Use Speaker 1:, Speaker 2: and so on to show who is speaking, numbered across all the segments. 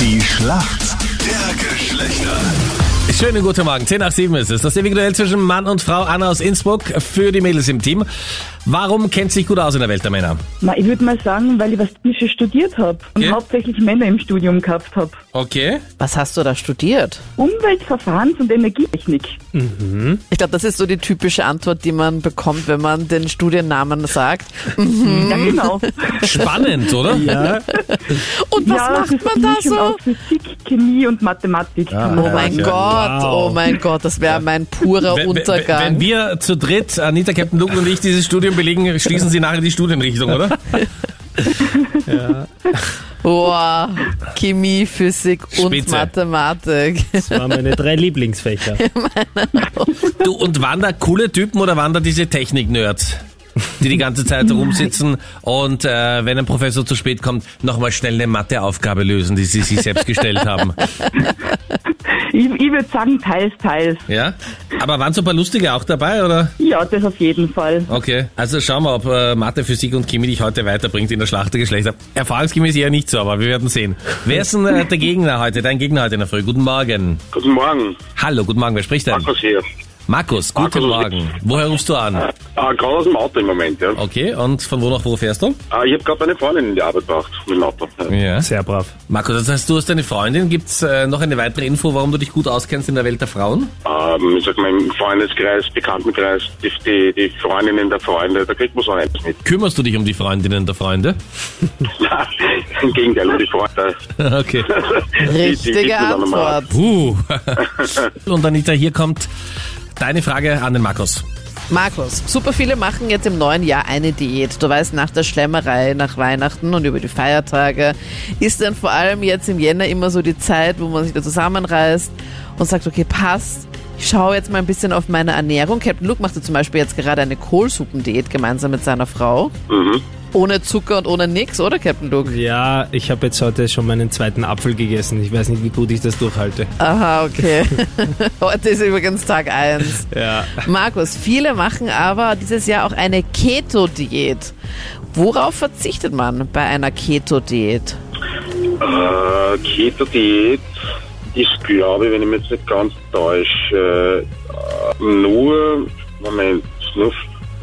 Speaker 1: Die Schlacht der Geschlechter.
Speaker 2: Schönen guten Morgen. 10 nach 7 ist es. Das ewige Duell zwischen Mann und Frau. Anna aus Innsbruck für die Mädels im Team. Warum kennt sich gut aus in der Welt der Männer?
Speaker 3: Na, ich würde mal sagen, weil ich was Bische studiert habe und
Speaker 2: Okay.
Speaker 3: hauptsächlich Männer im Studium gehabt habe.
Speaker 2: Okay.
Speaker 4: Was hast du da studiert?
Speaker 3: Umweltverfahrens- und Energietechnik.
Speaker 4: Ich glaube, das ist so die typische Antwort, die man bekommt, wenn man den Studiennamen sagt. Mhm.
Speaker 3: Ja, genau.
Speaker 2: Spannend, oder? Ja.
Speaker 4: Und was
Speaker 3: ja,
Speaker 4: macht
Speaker 3: das
Speaker 4: man da
Speaker 3: Mischung
Speaker 4: so?
Speaker 3: aus Physik, Chemie und Mathematik. Genau. kann man
Speaker 4: Oh mein
Speaker 3: sagen.
Speaker 4: Gott, oh mein Gott, das wäre mein purer
Speaker 2: Wenn, wenn wenn
Speaker 4: Untergang.
Speaker 2: wir zu dritt, Anita, Captain Luke und ich, dieses Studium belegen, schließen Sie nachher die Studienrichtung, oder?
Speaker 4: Boah, Chemie, Physik und
Speaker 2: Spitze.
Speaker 4: Mathematik.
Speaker 5: Das waren meine drei Lieblingsfächer.
Speaker 2: Du, und waren da coole Typen oder waren da diese Technik-Nerds? Die die ganze Zeit rumsitzen und äh, wenn ein Professor zu spät kommt, nochmal schnell eine Matheaufgabe lösen, die sie sich selbst gestellt haben.
Speaker 3: Ich, ich würde sagen, teils, teils.
Speaker 2: Ja? Aber waren so ein paar Lustige auch dabei, oder?
Speaker 3: Ja, das auf jeden Fall.
Speaker 2: Okay, also schauen wir, ob äh, Mathe, Physik und Chemie dich heute weiterbringt in der Schlacht der Geschlechter. Erfahrungsgemäß eher nicht so, aber wir werden sehen. Wer ist denn äh, der Gegner heute, dein Gegner heute in der Früh? Guten Morgen.
Speaker 6: Guten Morgen,
Speaker 2: Hallo, guten Morgen, wer spricht denn?
Speaker 6: Markus hier.
Speaker 2: Markus, guten
Speaker 6: Markus.
Speaker 2: Morgen. Woher rufst du an?
Speaker 6: Ah, gerade aus dem Auto im Moment, ja.
Speaker 2: Okay, und von wo nach wo fährst du?
Speaker 6: Ah, ich habe gerade meine Freundin in die Arbeit gebracht mit dem Auto. Ja.
Speaker 2: Ja.
Speaker 5: Sehr brav.
Speaker 2: Markus, das heißt, du hast eine Freundin. Gibt's äh, noch eine weitere Info, warum du dich gut auskennst in der Welt der Frauen?
Speaker 6: Ähm, ich sag mal, im Freundeskreis, Bekanntenkreis, die, die, die Freundinnen der Freunde, da kriegt man so eins mit.
Speaker 2: Kümmerst du dich um die Freundinnen der Freunde?
Speaker 6: Na, Im Gegenteil, um die Freunde.
Speaker 2: okay.
Speaker 6: Die- die gibt
Speaker 4: Richtige
Speaker 6: man dann einmal.
Speaker 4: Antwort.
Speaker 2: Puh. und Anita, hier kommt deine Frage an den Markus.
Speaker 4: Markus, super viele machen jetzt im neuen Jahr eine Diät. Du weißt, nach der Schlemmerei, nach Weihnachten und über die Feiertage ist dann vor allem jetzt im Jänner immer so die Zeit, wo man sich da zusammenreißt und sagt, okay, passt. Ich schaue jetzt mal ein bisschen auf meine Ernährung. Captain Luke machte zum Beispiel jetzt gerade eine Kohlsuppendiät gemeinsam mit seiner Frau. Ohne Zucker und ohne nix, oder Captain Luke?
Speaker 5: Ja, ich habe jetzt heute schon meinen zweiten Apfel gegessen. Ich weiß nicht, wie gut ich das durchhalte.
Speaker 4: Aha, okay. Heute ist übrigens Tag eins.
Speaker 5: Ja.
Speaker 4: Markus, viele machen aber dieses Jahr auch eine Keto-Diät. Worauf verzichtet man bei einer Keto-Diät?
Speaker 6: Äh, Keto-Diät ist, glaube ich, wenn ich mich jetzt nicht ganz täusche, äh, nur, Moment, nur,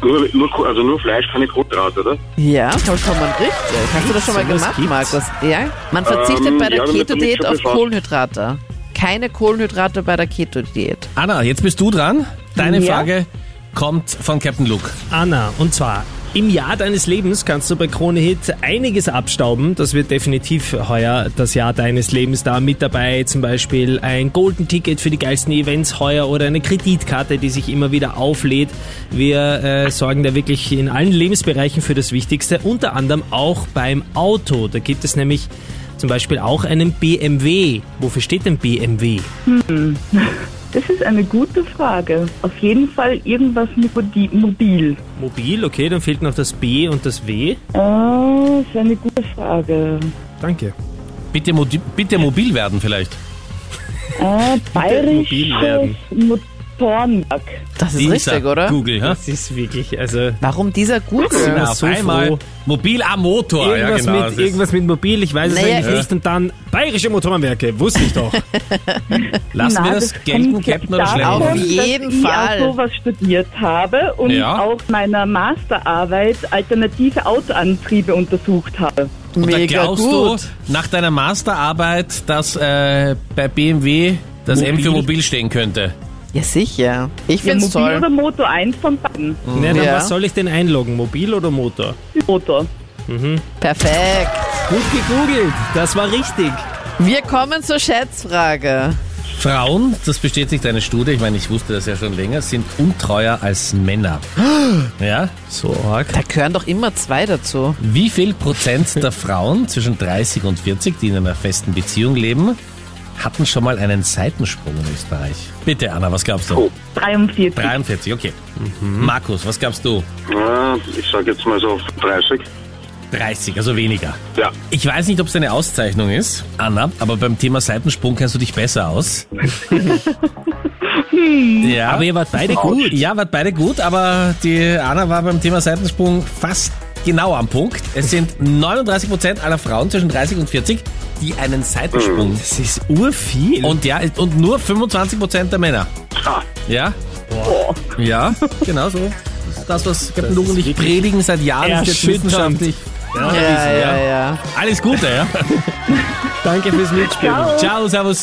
Speaker 6: nur, nur, also nur Fleisch, keine Kohlenhydrate, oder?
Speaker 4: Ja, vollkommen richtig. Hast du das schon mal gemacht,
Speaker 5: Sowas gibt's?
Speaker 4: Markus? Ja? Man verzichtet
Speaker 6: Ähm,
Speaker 4: bei der
Speaker 6: ja, damit bin ich
Speaker 4: Keto-Diät
Speaker 6: schon
Speaker 4: auf
Speaker 6: befasst.
Speaker 4: Kohlenhydrate. Keine Kohlenhydrate bei der Keto-Diät.
Speaker 2: Anna, jetzt bist du dran. Deine
Speaker 3: Ja.
Speaker 2: Frage kommt von Captain Luke.
Speaker 5: Anna, und zwar. Im Jahr deines Lebens kannst du bei Krone Hit einiges abstauben. Das wird definitiv heuer das Jahr deines Lebens da mit dabei. Zum Beispiel ein Golden Ticket für die geilsten Events heuer oder eine Kreditkarte, die sich immer wieder auflädt. Wir äh, sorgen da wirklich in allen Lebensbereichen für das Wichtigste. Unter anderem auch beim Auto. Da gibt es nämlich zum Beispiel auch einen BMW. Wofür steht denn BMW?
Speaker 3: Das ist eine gute Frage. Auf jeden Fall irgendwas mit Modi- mobil.
Speaker 5: Mobil, okay, dann fehlt noch das B und das W.
Speaker 3: Äh, das ist eine gute Frage.
Speaker 5: Danke.
Speaker 2: Bitte, mo bitte mobil werden vielleicht.
Speaker 3: Äh,
Speaker 5: mobil werden.
Speaker 3: bayerisches Motorenwerk.
Speaker 4: Das ist
Speaker 2: Dieser
Speaker 4: richtig, oder?
Speaker 2: Google, ja?
Speaker 5: Das ist wirklich, also
Speaker 4: Warum dieser Gurke?
Speaker 5: Na,
Speaker 2: Na, auf
Speaker 5: so
Speaker 2: einmal
Speaker 5: froh.
Speaker 2: mobil am Motor.
Speaker 5: Irgendwas,
Speaker 2: ja, genau. das
Speaker 5: mit,
Speaker 2: ist-
Speaker 5: irgendwas mit Mobil, ich weiß es
Speaker 4: Naja,
Speaker 5: eigentlich nicht. Und dann Bayerische Motorenwerke, wusste ich doch.
Speaker 2: Lassen
Speaker 3: Na,
Speaker 2: wir das,
Speaker 3: kommt
Speaker 2: gelten,
Speaker 3: jetzt
Speaker 2: Captain, oder
Speaker 3: davon,
Speaker 2: schleppen?
Speaker 4: Auf jeden
Speaker 3: dass ich
Speaker 4: Fall.
Speaker 3: auch sowas studiert habe und
Speaker 2: Ja.
Speaker 3: auch meiner Masterarbeit alternative Autoantriebe untersucht habe.
Speaker 2: Und da
Speaker 4: Mega
Speaker 2: glaubst
Speaker 4: gut.
Speaker 2: du nach deiner Masterarbeit, dass äh, bei BMW das M für
Speaker 5: Mobil.
Speaker 2: mobil stehen könnte?
Speaker 4: Ja, sicher. Ich
Speaker 3: Ja,
Speaker 4: find's
Speaker 3: Mobil
Speaker 4: toll.
Speaker 3: oder Motor, eins von beiden.
Speaker 5: Na, dann
Speaker 4: Ja.
Speaker 5: was soll ich denn einloggen, Mobil oder Motor?
Speaker 3: Motor.
Speaker 4: Perfekt.
Speaker 5: Gut gegoogelt, das war richtig.
Speaker 4: Wir kommen zur Schätzfrage.
Speaker 2: Frauen, das bestätigt eine Studie, ich meine, ich wusste das ja schon länger, sind untreuer als Männer. Ja, so arg.
Speaker 4: Da gehören doch immer zwei dazu.
Speaker 2: Wie viel Prozent der Frauen zwischen 30 und 40, die in einer festen Beziehung leben, hatten schon mal einen Seitensprung in Österreich? Bitte, Anna, was glaubst du?
Speaker 3: 43.
Speaker 2: 43, okay. Mhm. Markus, was glaubst du?
Speaker 6: Ja, ich sag jetzt mal so 30.
Speaker 2: 30, also weniger.
Speaker 6: Ja,
Speaker 2: Ich weiß nicht, ob es eine Auszeichnung ist, Anna, aber beim Thema Seitensprung kennst du dich besser aus. ja, aber ihr wart beide gut. Ja, wart beide gut, aber die Anna war beim Thema Seitensprung fast genau am Punkt. Es sind 39% aller Frauen zwischen 30 und 40, die einen
Speaker 4: Mhm.
Speaker 2: Seitensprung.
Speaker 5: Das ist urviel.
Speaker 2: Und ja, und nur 25% der Männer.
Speaker 6: Ah,
Speaker 2: Ja?
Speaker 3: Boah.
Speaker 2: Ja, genau so. Das ist das, was Captain Luke und ich predigen seit Jahren, ist jetzt
Speaker 5: erschütternd.
Speaker 2: wissenschaftlich.
Speaker 4: Ja, ja, ja.
Speaker 2: Alles Gute, ja?
Speaker 5: danke fürs Mitspielen.
Speaker 2: Ciao, servus.